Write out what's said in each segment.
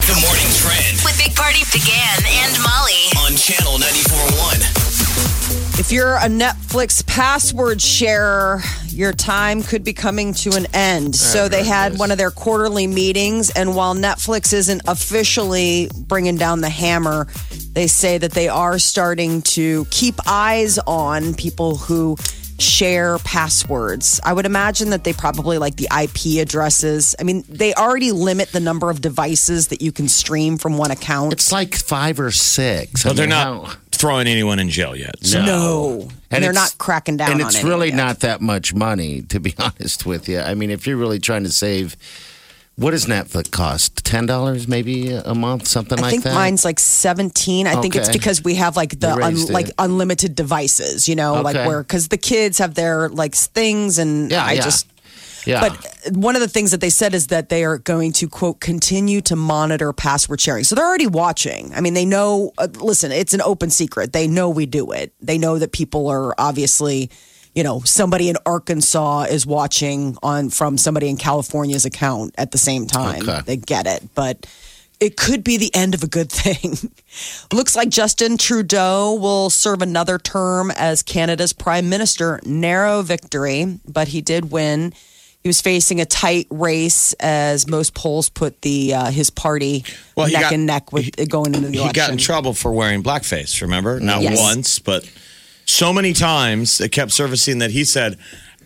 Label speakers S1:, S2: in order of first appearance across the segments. S1: The morning trend
S2: with Big Party began and Molly.
S1: on channel 94.1.
S3: If you're a Netflix password sharer, your time could be coming to an end. so they had one of their quarterly meetings, and while Netflix isn't officially bringing down the hammer, they say that they are starting to keep eyes on people who share passwords. I would imagine that they probably like the IP addresses. I mean, they already limit the number of devices that you can stream from one account.
S4: It's like five or six.
S5: But they're not throwing anyone in jail yet. So.
S3: no. And, they're not cracking down
S4: And
S3: on
S4: it's
S3: anyone
S4: really
S3: yet.
S4: not that much money, to be honest with you. I mean, if you're really trying to save, what does Netflix cost? Ten dollars maybe a month, something
S3: I
S4: like
S3: think
S4: that.
S3: mine's like 17. I think it's
S4: Okay.
S3: because we have like the
S4: They
S3: un,
S4: raised it.
S3: like unlimited devices, you know, like
S4: Okay.
S3: where cuz the kids have their like things and
S4: Yeah,
S3: I
S4: yeah.
S3: just
S4: yeah.
S3: but one of the things that they said is that they are going to quote continue to monitor password sharing. So they're already watching. I mean, they know. Uh, listen, it's an open secret. They know we do it. They know that people are obviously, you know, somebody in Arkansas is watching on from somebody in California's account at the same time.
S4: Okay.
S3: They get it, but. It could be the end of a good thing. Looks like Justin Trudeau will serve another term as Canada's prime minister. Narrow victory, but he did win. He was facing a tight race as most polls put the uh, his party
S5: Well, he
S3: neck
S5: got-
S3: and neck with going into the
S5: He
S3: election.
S5: got in trouble for wearing blackface, remember? Not
S3: Yes.
S5: once, but so many times it kept surfacing that he said,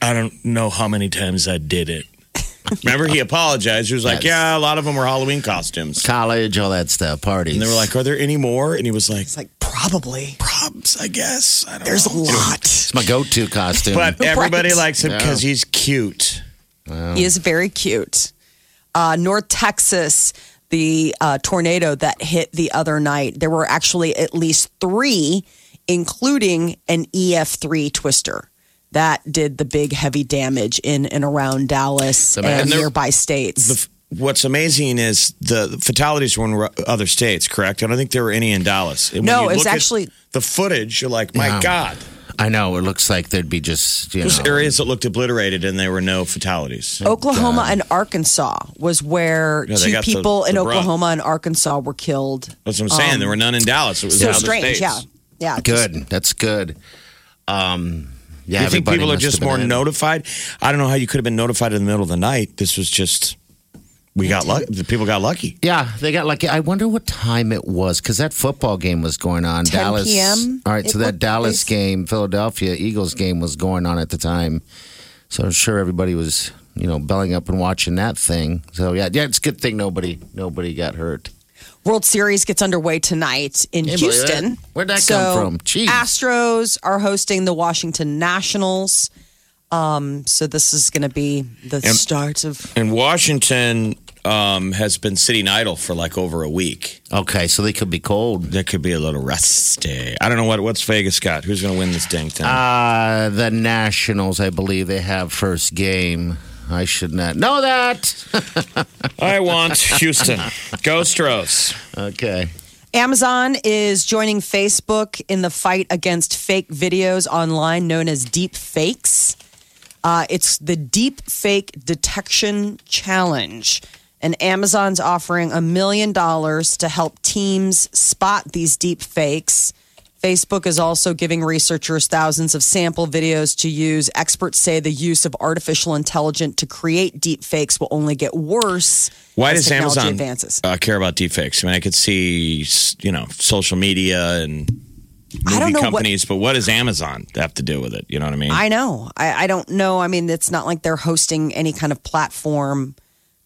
S5: I don't know how many times I did it. remember, he apologized. He was like,
S4: Yes.
S5: Yeah, a lot of them were Halloween costumes.
S4: college, all that stuff, parties.
S5: And they were like, Are there any more? And he was like,
S3: It's like probably
S5: Probs, I guess. I don't
S3: there's a
S5: know."
S3: lot.
S4: It's my go to costume.
S5: But everybody
S3: Right.
S5: likes him because he's cute.
S3: He is very cute. Uh, North Texas, the uh, tornado that hit the other night, there were actually at least three, including an EF3 twister that did the big heavy damage in and around Dallas and,
S4: man-
S5: And there-
S3: nearby states.
S5: The, what's amazing is the fatalities were in ro- other states, correct? I don't think there were any in Dallas. And when
S3: No,
S5: you
S3: it's
S5: look at
S3: actually-
S5: the footage. You're like, my
S4: Yeah.
S5: God,
S4: I know, it looks like there'd be just, you
S5: there's
S4: know.
S5: areas that looked obliterated, and there were no fatalities.
S3: Oklahoma and Arkansas was where
S5: Yeah, they
S3: two
S5: got the-
S3: people in
S5: the brunt.
S3: Oklahoma and Arkansas were killed.
S5: That's what I'm saying. there were none in Dallas. It was
S3: So
S5: in other
S3: strange,
S5: states.
S3: yeah, yeah.
S4: Good. That's good. Um, yeah,
S5: Do you think
S4: everybody
S5: people are
S4: must have
S5: just
S4: been
S5: more
S4: in.
S5: notified? I don't know how you could have been notified in the middle of the night. This was just we got lucky. The people got lucky.
S4: Yeah, they got lucky. I wonder what time it was because that football game was going on.
S3: 10
S4: Dallas.
S3: p.m.
S4: All right, so
S3: It
S4: that
S3: looked-
S4: Dallas
S3: they-
S4: game, Philadelphia Eagles game, was going on at the time. So I'm sure everybody was, you know, belling up and watching that thing. So yeah, yeah, it's a good thing nobody nobody got hurt.
S3: World Series gets underway tonight in
S4: Can't believe
S3: Houston.
S4: that. Where'd that
S3: so
S4: come from? Jeez.
S3: Astros are hosting the Washington Nationals. Um, so this is going to be the start of.
S5: And Washington um, has been sitting idle for like over a week.
S4: Okay, so they could be cold.
S5: That could be a little rusty. I don't know what what's Vegas got. Who's going to win this dang thing?
S4: Uh, the Nationals, I believe they have first game. I should not know that.
S5: I want Houston. Go Stros.
S4: Okay.
S3: Amazon is joining Facebook in the fight against fake videos online known as deep fakes. Uh, it's the Deep Fake Detection Challenge. And Amazon's offering a million dollars to help teams spot these deep fakes. Facebook is also giving researchers thousands of sample videos to use. Experts say the use of artificial intelligence to create deep fakes will only get worse
S5: Why
S3: as
S5: does
S3: technology
S5: Amazon
S3: advances.
S5: Uh, care about deepfakes? I mean, I could see s- you know social media and movie
S3: I don't know what-
S5: companies, but what does Amazon have to do with it? You know what I mean?
S3: I know. I, I don't know. I mean, it's not like they're hosting any kind of platform.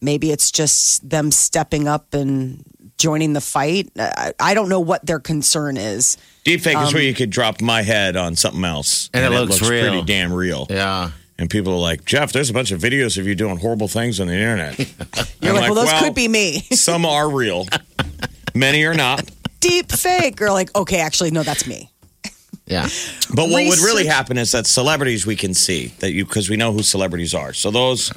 S3: Maybe it's just them stepping up and joining the fight. I, I don't know what their concern is.
S5: deepfake is
S3: um,
S5: where you could drop my head on something else,
S4: And it looks real.
S5: pretty damn real.
S4: Yeah.
S5: And people are like, Jeff, there's a bunch of videos of you doing horrible things on the internet.
S3: You're
S5: I'm
S3: like, well, those could be me.
S5: some are real. Many are not.
S3: deep fake. Or like, okay, actually, no, that's me.
S4: Yeah.
S5: But what would really
S3: Research-
S5: happen is that celebrities we can see that you because we know who celebrities are. So those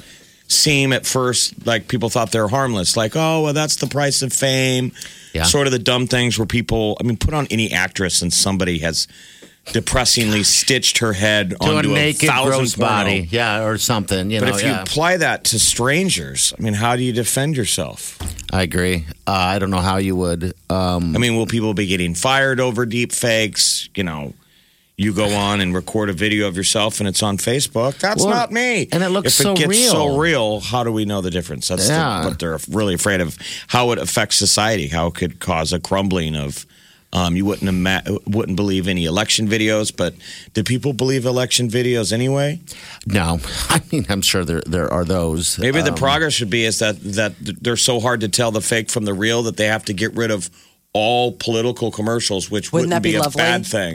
S5: seem at first like people thought they're harmless, like oh well that's the price of fame.
S4: Yeah.
S5: Sort of the dumb things where people. I mean, put on any actress and somebody has depressingly stitched her head
S4: To a
S5: onto
S4: naked
S5: thousand
S4: gross
S5: porno.
S4: body. Yeah, or something. You
S5: But
S4: know,
S5: if you
S4: yeah.
S5: apply that to strangers, I mean, how do you defend yourself?
S4: I agree. Uh, I don't know how you would. Um,
S5: I mean, will people be getting fired over deep fakes? You know, you go on and record a video of yourself and it's on Facebook. That's
S4: Well,
S5: not me.
S4: and it looks
S5: if
S4: so
S5: it gets
S4: real.
S5: so real, how do we know the difference? That's the-
S4: Yeah.
S5: what they're really afraid of. How it affects society. How it could cause a crumbling of. Um, you wouldn't ima- wouldn't believe any election videos, but do people believe election videos anyway?
S4: no, I mean, I'm sure there there are those.
S5: Maybe the
S4: Um,
S5: progress should be is that that they're so hard to tell the fake from the real that they have to get rid of all political commercials, which
S3: Wouldn't
S5: wouldn't,
S3: that be
S5: be, a
S3: lovely?
S5: bad thing.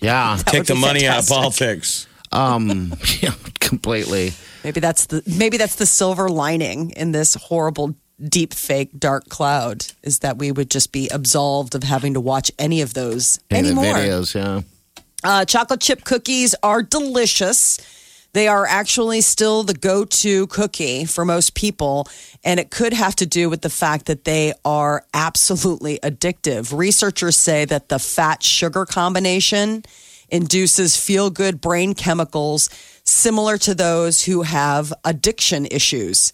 S4: yeah,
S5: Take the
S3: be
S5: money out of
S3: fantastic.
S5: politics.
S4: um, yeah, completely.
S3: Maybe that's the maybe that's the silver lining in this horrible deep fake dark cloud is that we would just be absolved of having to watch any of those
S4: Any of the
S3: anymore.
S4: videos, yeah.
S3: Uh, chocolate chip cookies are delicious. They are actually still the go to cookie for most people. And it could have to do with the fact that they are absolutely addictive. Researchers say that the fat sugar combination induces feel good brain chemicals similar to those who have addiction issues.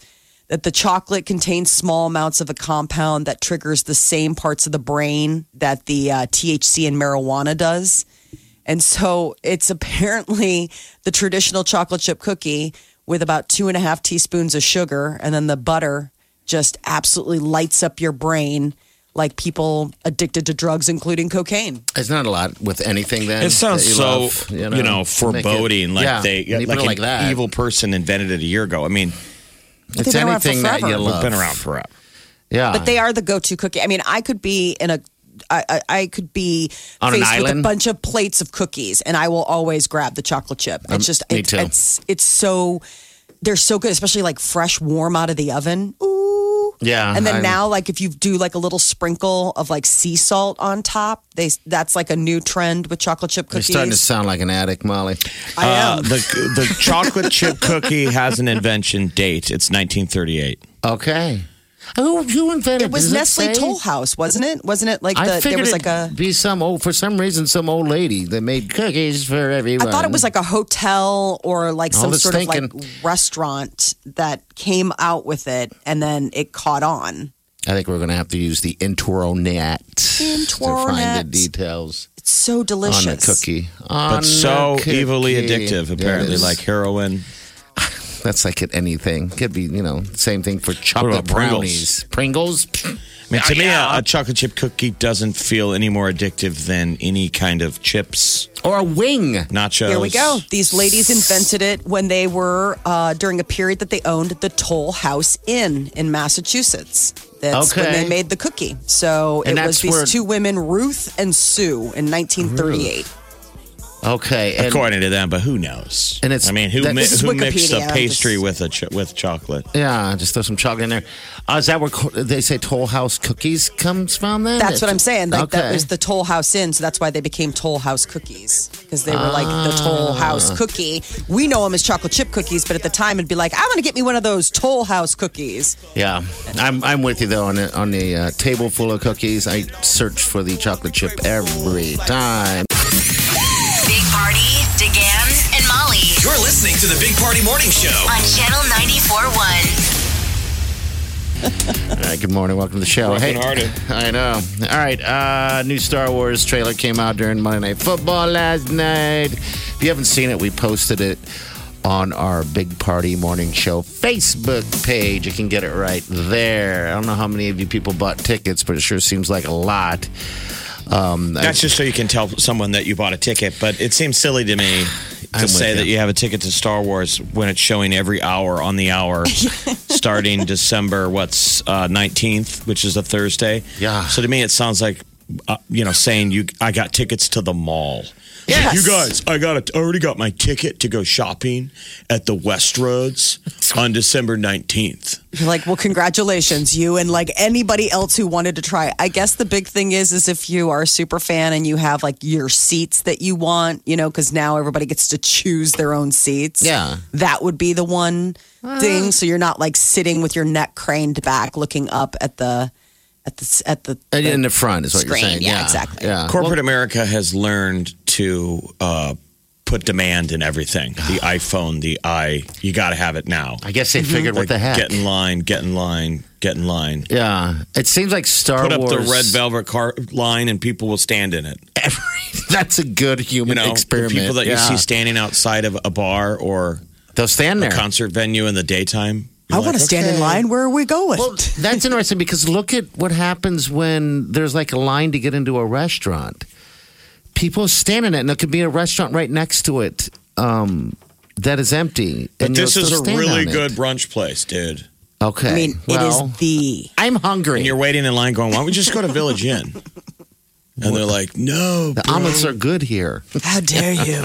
S3: That the chocolate contains small amounts of a compound that triggers the same parts of the brain that the uh, THC in marijuana does. And so it's apparently the traditional chocolate chip cookie with about two and a half teaspoons of sugar. And then the butter just absolutely lights up your brain like people addicted to drugs, including cocaine.
S4: It's not a lot with anything. Then
S5: It sounds
S4: that you
S5: so
S4: love,
S5: you know, foreboding, like
S4: yeah,
S5: they
S4: you
S5: like,
S4: put it
S5: an
S4: that.
S5: evil person invented it a year ago. I mean,
S4: It's
S3: been around for
S4: anything that
S3: forever.
S4: you
S3: They've
S4: love.
S5: been around forever.
S4: Yeah,
S3: But they are the go to cookie. I mean, I could be in a. I, I, I could be
S4: On an
S3: faced with a
S4: island?
S3: bunch of plates of cookies, and I will always grab the chocolate chip. It's just
S4: Um, me
S3: it's,
S4: too.
S3: it's it's so they're so good, especially like fresh, warm out of the oven. Ooh,
S4: Yeah,
S3: And then
S4: I'm-
S3: now, like if you do like a little sprinkle of like sea salt on top, they that's like a new trend with chocolate chip
S4: You're
S3: cookies.
S4: starting to sound like an addict, Molly.
S3: I
S5: Uh,
S3: am.
S5: the the chocolate chip cookie has an invention date. It's 1938.
S4: Okay. Who, who invented
S3: it was
S4: does
S3: Nestle
S4: say?
S3: Toll House, wasn't it? Wasn't it like
S4: I
S3: the,
S4: figured
S3: there was like
S4: it'd
S3: a
S4: be some old for some reason some old lady that made cookies for everyone.
S3: I thought it was like a hotel or like
S4: I
S3: some
S4: was
S3: sort of
S4: thinking-
S3: like restaurant that came out with it and then it caught on.
S4: I think we're gonna have to use the Intronet, to find the
S3: Intronet.
S4: details
S3: It's so delicious.
S4: on the cookie.
S5: But
S4: On
S5: so
S4: the cookie.
S5: evilly addictive,
S4: Yeah, it
S5: apparently,
S4: is.
S5: like heroin.
S4: that's like at anything. Could be you know same thing for
S5: about
S4: chocolate brownies, Pringles.
S5: I mean, to me, a, a chocolate chip cookie doesn't feel any more addictive than any kind of chips,
S4: or a wing.
S5: nachos.
S3: Here we go. These ladies invented it when they were uh, during a period that they owned the Toll House Inn in Massachusetts. That's when
S4: Okay.
S3: they made the cookie. So
S4: And
S3: it was
S4: that's
S3: these
S4: where-
S3: two women, Ruth and Sue, in 1938.
S4: Okay, and,
S5: According to them, but who knows?
S4: And it's-
S5: I mean, who,
S4: that-
S5: mi-
S4: This
S3: is
S5: who mixed
S3: Wikipedia,
S5: a
S3: I'm
S5: pastry
S3: just-
S5: with a ch- with chocolate?
S4: yeah, just throw some chocolate in there. Uh, is that where co- they say Toll House cookies comes from? Then
S3: That's what I'm saying. Like that
S4: Okay.
S3: was the Toll House Inn, so that's why they became Toll House cookies because they were like the Toll
S4: Ah.
S3: House cookie. We know them as chocolate chip cookies, but at the time it'd be like, I want to get me one of those Toll House cookies.
S4: Yeah, I'm I'm with you though on the, on the uh, table full of cookies. I search for the chocolate chip every time.
S2: Big Party, DeGan, and Molly
S1: You're listening to the Big Party Morning Show.
S2: on Channel 94.1.
S4: All right, Uh, good morning, welcome to the show.
S5: Working harder.
S4: I know. All right, uh, new Star Wars trailer came out during Monday Night Football last night. If you haven't seen it, we posted it on our Big Party Morning Show Facebook page. You can get it right there. I don't know how many of you people bought tickets, but it sure seems like a lot. Um, I-
S5: That's just so you can tell someone that you bought a ticket. But it seems silly to me
S4: I'm
S5: to
S4: with
S5: say
S4: you.
S5: that you have a ticket to Star Wars when it's showing every hour on the hour, starting December what's uh, nineteenth, which is a Thursday.
S4: Yeah.
S5: So to me, it sounds like uh, you know saying you I got tickets to the mall.
S4: Yes.
S5: You guys, I got it. I already got my ticket to go shopping at the Westroads on December 19th.
S3: You're like, well, congratulations, you and like anybody else who wanted to try. I guess the big thing is, is if you are a super fan and you have like your seats that you want, you know, because now everybody gets to choose their own seats.
S4: Yeah.
S3: that would be the one thing. So you're not like sitting with your neck craned back, looking up at the at the at the.
S4: And in the front is what you're
S3: Screen,
S4: saying.
S3: yeah, exactly.
S4: Yeah.
S5: Corporate America has learned to uh, put demand in everything. The iPhone, the i, you got to have it now.
S4: I guess
S5: Mm-hmm.
S4: they figured what the heck.
S5: Get in line, get in line, get in line.
S4: yeah. It seems like Star
S5: Put up
S4: Wars.
S5: the red velvet car line and people will stand in it.
S4: That's a good
S5: You
S4: human
S5: know,
S4: experiment.
S5: the people that
S4: yeah.
S5: you see standing outside of a bar or
S4: They'll stand there.
S5: concert venue in the daytime.
S3: I want to stand in line. Where are we going?
S4: Well, that's interesting because look at what happens when there's like a line to get into a restaurant. People stand in it, and there could be a restaurant right next to it um, that is empty.
S5: But
S4: and
S5: this
S4: you'll
S5: is
S4: still
S5: a
S4: stand
S5: really
S4: on it.
S5: good brunch place, dude.
S4: Okay.
S3: I mean,
S4: well,
S3: it is the.
S4: I'm hungry.
S5: And you're waiting in line going, why don't we just go to Village Inn? And they're like, no.
S4: the omelets are good here.
S3: How dare you?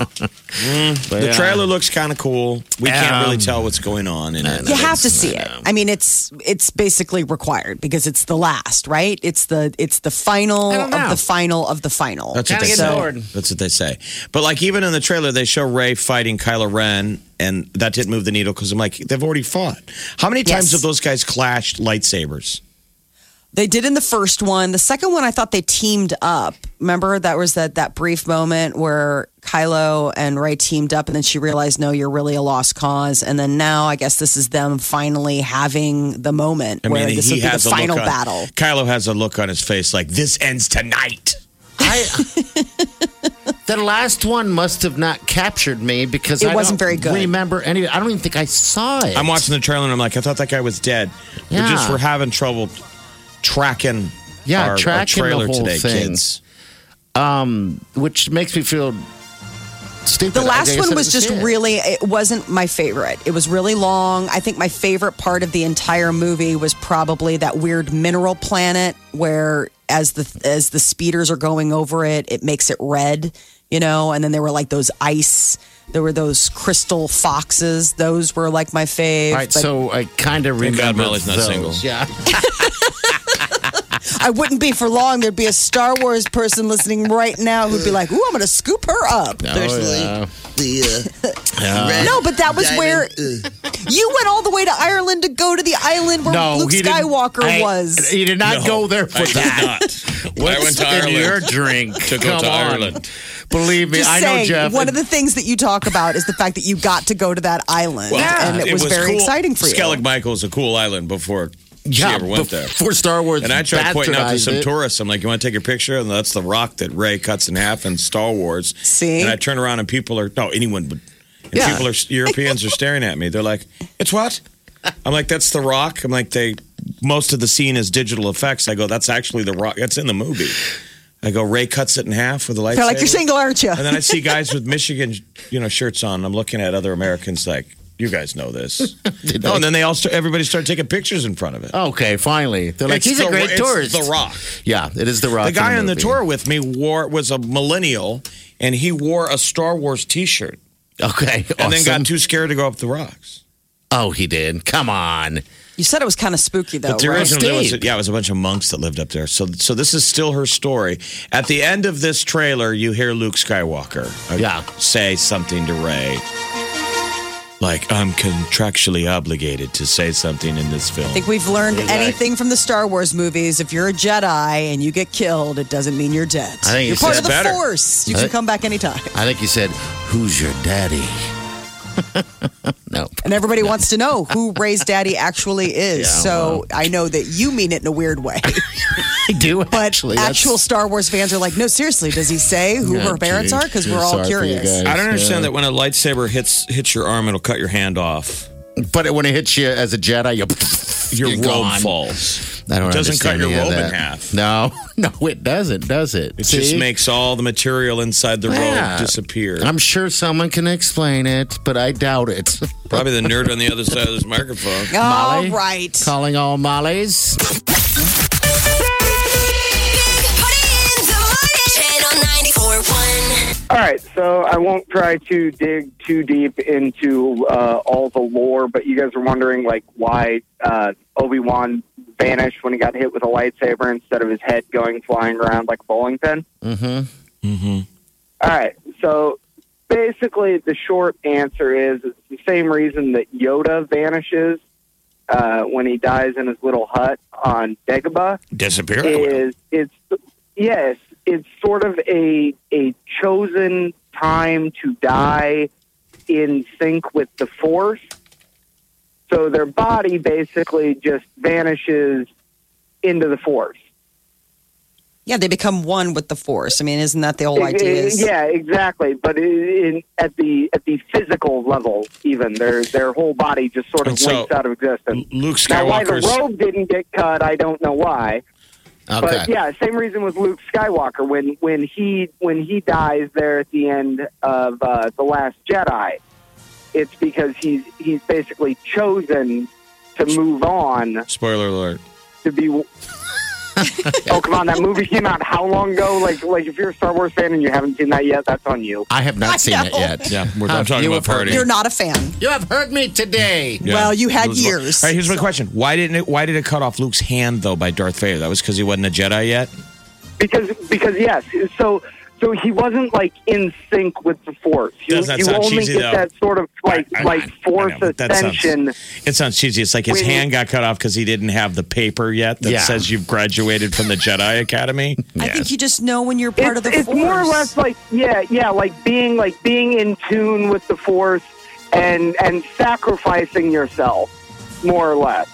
S5: The trailer looks kind of cool. We can't really tell what's going on in it.
S3: you have to see
S5: um,
S3: it. I mean, it's it's basically required because it's the last, right? It's the it's the final
S4: I don't
S3: of
S4: know.
S3: the final of the final.
S5: That's what
S4: Kinda
S5: they
S4: get
S5: say.
S4: bored.
S5: That's what they say. But like even in the trailer, they show Ray fighting Kylo Ren, and that didn't move the needle because I'm like, they've already fought. How many times
S3: Yes.
S5: have those guys clashed lightsabers?
S3: They did in the first one. The second one, I thought they teamed up. Remember that was that that brief moment where Kylo and Ray teamed up, and then she realized, no, you're really a lost cause. And then now, I guess this is them finally having the moment
S5: I
S3: where
S5: mean,
S3: this
S5: he
S3: would be the
S5: has a
S3: final
S5: look on,
S3: battle.
S5: Kylo has a look on his face like this ends tonight.
S4: I, the last one must have not captured me because
S3: It
S4: I
S3: wasn't
S4: don't
S3: very good.
S4: Remember any? I don't even think I saw it.
S5: I'm watching the trailer and I'm like, I thought that guy was dead. We're just
S4: Yeah.
S5: we're having trouble tracking.
S4: Yeah,
S5: our, our
S4: tracking the
S5: trailer
S4: whole
S5: today,
S4: thing.
S5: kids.
S4: which makes me feel stupid.
S3: The
S4: I
S3: last
S4: guess
S3: one
S4: I
S3: was
S4: didn't
S3: just
S4: see it.
S3: really, it wasn't my favorite. It was really long. I think my favorite part of the entire movie was probably that weird mineral planet where as the as the speeders are going over it, it makes it red, you know, and then there were like those ice, there were those crystal foxes. Those were like my fave.
S4: All right,
S3: but
S4: so I kind of remember.
S5: God Molly's not
S4: those.
S5: single.
S4: Yeah.
S3: I wouldn't be for long. There'd be a Star Wars person listening right now who'd be like, "Ooh, I'm going to scoop her up."
S4: Oh,
S3: No, but that was where you went all the way to Ireland to go to the island where Luke
S4: he didn't-
S3: Skywalker
S4: I-
S3: was.
S4: He did not go there for
S5: I did
S4: that.
S5: not. I
S4: What's
S5: went to
S4: in
S5: Ireland.
S4: your drink?
S5: to go
S4: Come
S5: to
S4: on.
S5: Ireland.
S4: Believe me,
S3: Just
S4: I know
S3: saying,
S4: Jeff.
S3: one of the things that you talk about is the fact that you got to go to that island, and it, was, very
S5: cool.
S3: exciting for you.
S5: Skellig Michael's a cool island before she
S4: yeah,
S5: ever went there.
S4: before Star Wars,
S5: And I tried pointing out to
S4: bastardized
S5: some
S4: it.
S5: tourists, I'm like, you want to take a picture? And that's the rock that Ray cuts in half in Star Wars.
S3: See?
S5: And I turn around and people are, no, anyone would. And
S4: Yeah.
S5: people are, Europeans are staring at me. They're like, it's what? I'm like, that's the rock. I'm like, they, most of the scene is digital effects. I go, that's actually the rock. That's in the movie. I go, Ray cuts it in half with a lightsaber.
S3: They're like, "You're single, aren't you?"
S5: And then I see guys with Michigan, you know, shirts on. I'm looking at other Americans like, you guys know this. no, and then they all start, everybody started taking pictures in front of it.
S4: Okay, finally, they're like,
S5: It's
S4: he's
S5: the-
S4: a great
S5: it's
S4: tourist.
S5: The Rock.
S4: Yeah, it is the rock.
S5: The guy
S4: in
S5: on the
S4: movie.
S5: tour with me wore was a millennial, and he wore a Star Wars T-shirt,
S4: Okay,
S5: and then
S4: awesome.
S5: got too scared to go up the rocks.
S4: Oh, he did. Come on.
S3: you said it was kind of spooky though,
S4: Oh,
S5: But the
S3: right?
S5: original, there was,
S4: Steep.
S5: yeah, it was a bunch of monks that lived up there. So, so this is still her story. At the end of this trailer, you hear Luke Skywalker, uh,
S4: Yeah.
S5: say something to Ray, like I'm contractually obligated to say something in this film.
S3: I think we've learned anything from the Star Wars movies. If you're a Jedi and you get killed, it doesn't mean you're dead.
S4: I think
S3: you're
S4: you
S3: part
S4: said
S3: of the
S4: it
S5: better.
S3: Force. You
S4: I
S3: can
S4: think-
S3: come back anytime.
S4: I think he said, "Who's your daddy?" nope.
S3: And everybody wants to know who Ray's daddy actually is.
S4: Yeah,
S3: so I know that you mean it in a weird way.
S4: I do
S3: But
S4: actually. that's-
S3: actual Star Wars fans are like, no, seriously, does he say who
S4: Yeah,
S3: her parents
S4: gee.
S3: are? Because we're
S4: Feel
S3: all
S4: sorry for you
S3: curious.
S4: guys.
S5: I don't understand
S4: Yeah.
S5: that when a lightsaber hits hits your arm, it'll cut your hand off.
S4: But when it hits you as a Jedi, you
S5: Your
S4: you're
S5: robe
S4: gone.
S5: falls.
S4: I don't
S5: It doesn't cut
S4: understand
S5: your
S4: any of
S5: robe in
S4: that.
S5: half.
S4: No, no, it doesn't, does it?
S5: It just makes all the material inside the
S4: Yeah.
S5: robe disappear.
S4: I'm sure someone can explain it, but I doubt it.
S5: Probably the nerd on the other side of this microphone.
S3: All
S4: Molly?
S3: right.
S4: Calling all mollies.
S2: Big Party in the morning. Channel 94.1.
S6: All right, so I won't try to dig too deep into uh, all the lore, but you guys are wondering like why uh, Obi Wan vanished when he got hit with a lightsaber instead of his head going flying around like a bowling pin.
S4: Mm-hmm.
S6: All right. So basically, the short answer is it's the same reason that Yoda vanishes uh, when he dies in his little hut on Dagobah.
S5: Disappear.
S6: Is it's yes, it's sort of a a chosen time to die in sync with the Force. So their body basically just vanishes into the Force.
S3: Yeah, they become one with the force. I mean, isn't that the whole
S6: It-
S3: idea?
S6: it-
S3: Is,
S6: Yeah, exactly. But i- in, at the at the physical level, even their their whole body just sort of
S5: And so-
S6: winks out of existence.
S5: Luke
S6: Now, why the
S5: Skywalker's.
S6: robe didn't get cut, I don't know why.
S4: Okay.
S6: But yeah, same reason with Luke Skywalker when when he when he dies there at the end of uh, the Last Jedi, it's because he's he's basically chosen to move on
S5: Spoiler alert.
S6: to be. oh come on! That movie came out how long ago? Like like if you're a Star Wars fan and you haven't seen that yet, that's on you.
S4: I have not
S3: I
S4: seen it
S3: know.
S4: yet.
S5: Yeah, we're
S4: Huh,
S5: I'm talking
S4: you
S5: about
S4: have heard
S5: party.
S4: me.
S3: You're not a fan.
S4: You have heard me today.
S5: Yeah.
S3: Well, you had
S5: It was-
S3: years.
S5: All right, here's my question: Why didn't it? Why did it cut off Luke's hand though by Darth Vader? That was because he wasn't a Jedi yet.
S6: because because yes, so so he wasn't like in sync with the force. You,
S5: Does that
S6: you
S5: sound
S6: only
S5: cheesy,
S6: get
S5: though?
S6: that sort of like
S5: I- I- I
S6: like
S5: know,
S6: force
S5: but that sounds-
S6: ascension.
S5: It sounds cheesy. It's like his
S6: Wait,
S5: hand got cut off because he didn't have the paper yet that
S4: Yeah.
S5: says you've graduated from the Jedi Academy.
S3: I think you just know when you're part
S6: It's,
S3: of the
S6: it's
S3: force.
S6: more or less like yeah yeah like being like being in tune with the force and and sacrificing yourself more or less.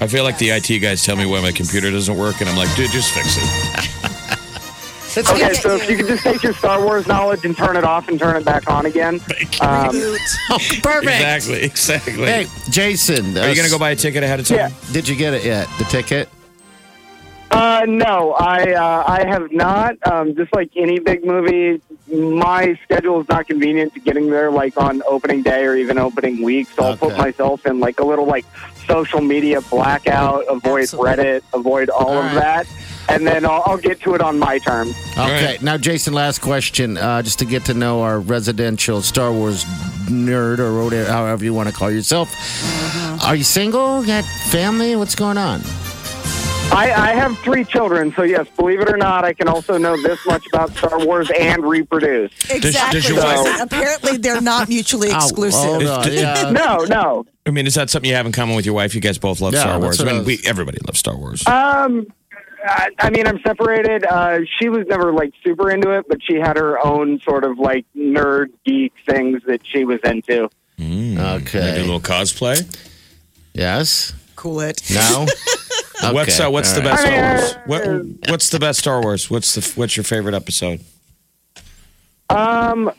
S5: I feel like the IT guys tell me why my computer doesn't work, and I'm like, dude, just fix it.
S4: Let's
S6: Okay,
S4: get-
S6: so if you could just take your Star Wars knowledge and turn it off and turn it back on again. Um,
S4: Oh, perfect.
S5: Exactly, exactly.
S4: Hey, Jason. uh,
S5: Are you going to go buy a ticket ahead of time?
S6: Yeah.
S4: Did you get it yet? The ticket?
S6: Uh, no, I uh, I have not. Um, just like any big movie, my schedule is not convenient to getting there like on opening day or even opening week. So I'll put
S4: Okay.
S6: myself in like a little like social media blackout, avoid
S3: Absolutely.
S6: Reddit, avoid all,
S4: All
S6: of
S4: right.
S6: that, and then I'll, I'll get to it on my terms.
S4: Okay.
S5: right.
S4: Now, Jason, last question, uh, just to get to know our residential Star Wars nerd or whatever, however you want to call yourself.
S6: Uh-huh.
S4: Are you single? Got family? What's going on?
S6: I, I have three children, so yes, believe it or not, I can also know this much about Star Wars and reproduce.
S5: does
S3: Exactly.
S5: your
S6: wife-
S3: Jason. Apparently, they're not mutually
S4: Oh,
S3: exclusive.
S4: hold on. Yeah.
S6: No, no,
S5: I mean, is that something you have in common with your wife? You guys both love
S4: Yeah,
S5: Star
S4: that's
S5: Wars. I
S4: what I
S5: mean, we,
S4: was-
S5: everybody loves Star Wars.
S6: Um, I, I mean, I'm separated. Uh, she was never like super into it, but she had her own sort of like nerd geek things that she was into.
S5: Maybe a
S4: Okay.
S5: little cosplay.
S4: Yes.
S3: Cool it.
S4: No. Okay.
S5: What's uh, what's
S4: All
S5: the
S4: right.
S5: best
S6: I mean,
S5: Star Wars? What, what's the best Star Wars? What's the what's your favorite episode?
S6: Um,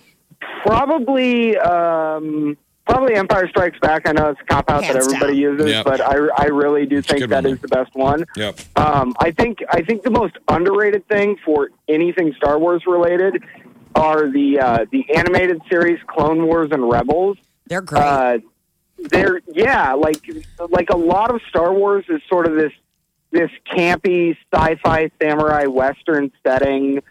S6: probably, um, probably Empire Strikes Back. I know it's a cop out that
S3: Hands
S6: everybody
S3: down.
S6: uses,
S5: Yep.
S6: but I, I really do
S5: a
S6: think
S5: good
S6: that
S5: one.
S6: is the best one.
S5: Yep.
S6: Um, I think I think the most underrated thing for anything Star Wars related are the uh, the animated series Clone Wars and Rebels.
S3: They're great.
S6: Uh, there, yeah, like like a lot of Star Wars is sort of this this campy sci-fi samurai western setting.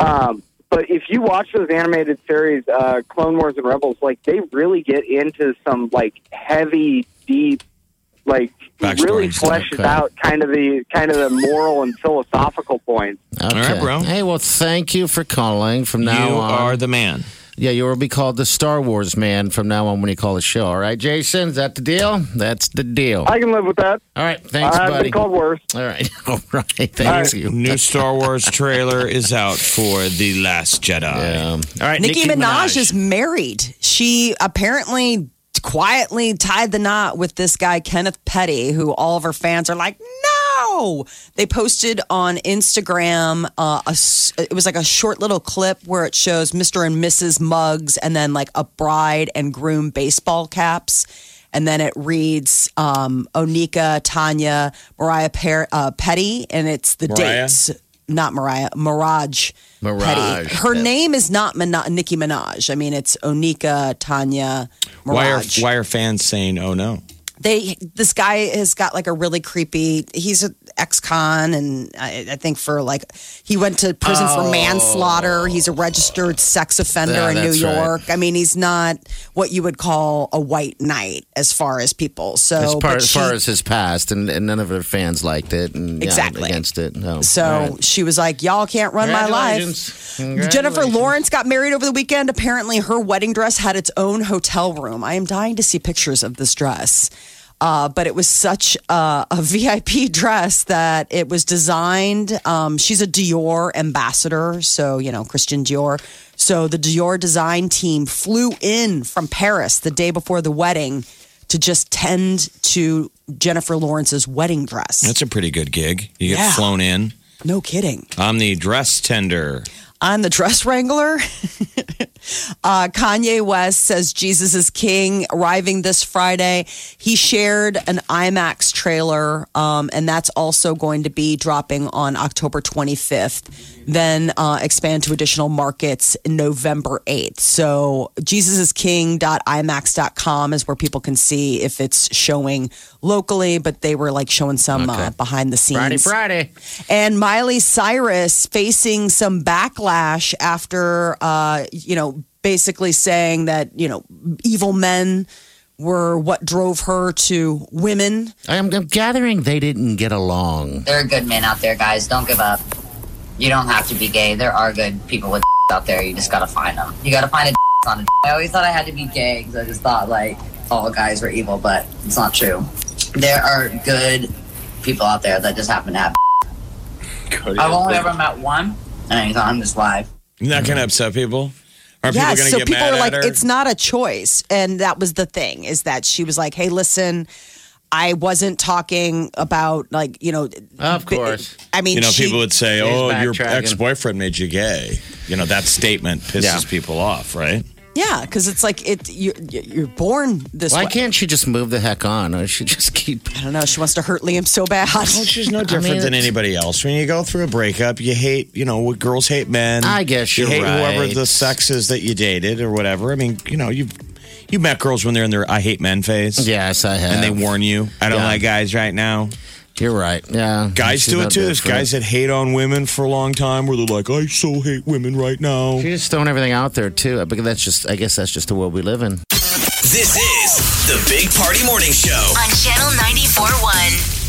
S6: Um, but if you watch those animated series, uh, Clone Wars and Rebels, like they really get into some like heavy, deep, like
S5: Backstory
S6: really
S5: and stuff,
S6: fleshes
S4: okay.
S6: out kind of the kind of the moral and philosophical points.
S4: Okay.
S5: All right, bro.
S4: Hey, well, thank you for calling. From now
S5: you
S3: um,
S4: on,
S5: are the man.
S4: yeah, you will be called the Star Wars man from now on when you call the show. All right, Jason, is that the deal? That's the deal.
S6: I can live with that.
S4: All right, thanks,
S6: I've
S4: buddy.
S6: been called worse.
S4: All right, all right, thank you.
S5: New Star Wars trailer is out for The Last Jedi.
S4: Um, all right,
S3: Nicki, Minaj, is married. She apparently quietly tied the knot with this guy, Kenneth Petty, who all of her fans are like, no. They posted on Instagram, uh, a s it was like a short little clip where it shows Mr. and Mrs. Muggs and then like a bride and groom baseball caps. And then it reads um, Onika, Tanya, Mariah per- uh, Petty, and it's the
S5: Mariah?
S3: dates, not Mariah, Mirage.
S4: Mirage.
S3: Petty. Her name is not Mina- Nicki Minaj. I mean, it's Onika, Tanya,
S5: Why are
S3: Mirage.
S5: why are fans saying oh no?
S3: they this guy has got like a really creepy. He's an ex-con, and I, I think for like he went to prison for manslaughter. He's a registered sex offender
S4: Oh. Yeah,
S3: in New
S4: that's right.
S3: York. I mean, he's not what you would call a white knight as far as people. So
S4: As far,
S3: but
S4: as,
S3: she-
S4: far as his past, and, and none of her fans liked it, and yeah,
S3: Exactly.
S4: against it. No. All
S3: So
S4: right.
S3: she was like, "Y'all can't run my life."
S4: Congratulations.
S3: Jennifer
S4: Congratulations.
S3: Lawrence got married over the weekend. Apparently, her wedding dress had its own hotel room. I am dying to see pictures of this dress. Uh, but it was such a, a VIP dress that it was designed. Um, she's a Dior ambassador, so, you know, Christian Dior. So the Dior design team flew in from Paris the day before the wedding to just tend to Jennifer Lawrence's wedding dress.
S5: That's a pretty good gig. You get
S3: Yeah.
S5: flown in.
S3: no kidding.
S5: I'm the dress tender.
S3: on the dress wrangler. uh, Kanye West says Jesus is King, arriving this Friday. He shared an IMAX trailer, um, and that's also going to be dropping on October 25th, then uh, expand to additional markets November 8th. So, jesusisking.imax.com is where people can see if it's showing locally, but they were like showing some uh, behind the scenes.
S4: Friday, Friday.
S3: And Miley Cyrus facing some backlash after, uh, you know, basically saying that, you know, evil men were what drove her to women.
S4: I'm, I'm gathering they didn't get along.
S7: There are good men out there, guys. Don't give up. You don't have to be gay. There are good people with out there. You just gotta find them. You gotta find a on a. I always thought I had to be gay because I just thought like all guys were evil, but it's not true. There are good people out there that just happen to have. I've only ever met one, and he's on this live.
S5: You're not going to upset people? Are
S3: Mm-hmm. yeah,
S5: people going to
S3: so
S5: get
S3: people
S5: mad
S3: are
S5: at
S3: like,
S5: her?
S3: it's not a choice. And that was the thing is that she was like, hey, listen, I wasn't talking about like, you know,
S4: Of course.
S3: I mean,
S5: you know,
S3: she-
S5: people would say,
S4: She's
S5: "Oh, your
S4: backtracking.
S5: ex-boyfriend made you gay." You know, that statement pisses
S4: Yeah.
S5: people off, right?
S3: yeah, because it's like it you're, you're born this
S4: Why
S3: way.
S4: can't she just move the heck on? Or she just keep.
S3: I don't know. She wants to hurt Liam so bad.
S5: Well, she's no different than
S4: it's-
S5: anybody else. When you go through a breakup, you hate, you know, what girls hate men.
S4: I guess
S5: you
S4: you're
S5: hate whoever
S4: right.
S5: the sex is that you dated or whatever. I mean, you know, you've you met girls when they're in their "I hate men" phase.
S4: Yes, I have.
S5: and they warn you, "I don't
S4: Yeah.
S5: like guys right now."
S4: You're right. Yeah.
S5: Guys
S4: She's
S5: do it
S4: not
S5: too. There's
S4: different.
S5: guys that hate on women for a long time, where they're like, "I so hate women right now."
S4: She's just throwing everything out there too. But that's just. I guess that's just the world we live in.
S1: This is the Big Party Morning Show.
S2: on Channel 94.1.